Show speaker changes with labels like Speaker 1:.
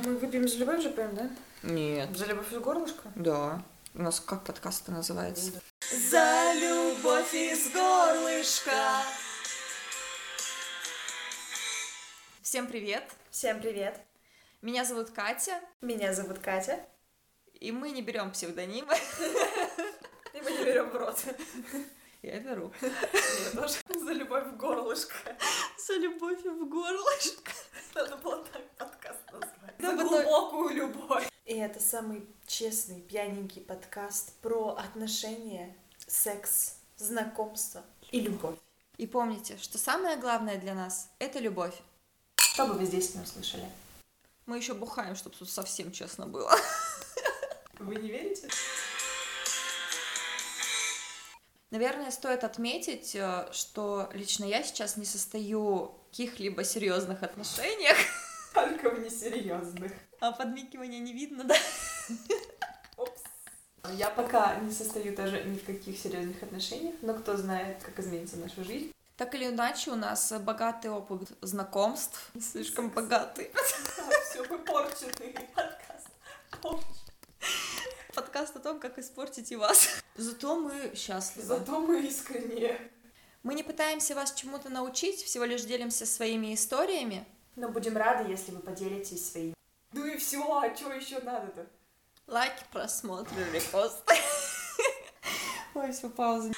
Speaker 1: любим за любовь же поем, да?
Speaker 2: Нет.
Speaker 1: За любовь из горлышка?
Speaker 2: Да. У нас как подкаст называется?
Speaker 3: За любовь из горлышка. Всем привет!
Speaker 1: Всем привет!
Speaker 3: Меня зовут Катя,
Speaker 1: Меня зовут Катя.
Speaker 3: и мы не берем псевдонимы.
Speaker 1: И мы не берем в рот.
Speaker 2: Я беру.
Speaker 1: Я тоже. За любовь в горлышко.
Speaker 3: За любовь в горлышко.
Speaker 1: Надо было так подкаст назвать.
Speaker 3: Ну,
Speaker 1: За
Speaker 3: потому-
Speaker 1: глубокую любовь. И это самый честный, пьяненький подкаст про отношения, секс, знакомство и любовь.
Speaker 3: И помните, что самое главное для нас — это любовь.
Speaker 1: Что бы вы здесь не услышали?
Speaker 3: Мы еще бухаем, чтобы тут совсем честно было.
Speaker 1: Вы не верите?
Speaker 3: Наверное, стоит отметить, э, что лично я сейчас не состою в каких-либо серьезных отношениях,
Speaker 1: Только в несерьезных.
Speaker 3: а подмигивания не видно, да?
Speaker 1: Опс. Я пока не состою даже ни в каких серьезных отношениях, но кто знает, как изменится наша жизнь.
Speaker 3: Так или иначе, у нас э, богатый опыт знакомств, слишком богатый.
Speaker 1: Все попорченный подкаст.
Speaker 3: Подкаст о том, как испортить и вас. Зато мы счастливы.
Speaker 1: Зато мы искренне.
Speaker 3: Мы не пытаемся вас чему-то научить, всего лишь делимся своими историями.
Speaker 1: Но будем рады, если вы поделитесь своими. Ну и все, а что еще надо-то?
Speaker 3: Лайки, просмотры, репосты. Ой, все, пауза.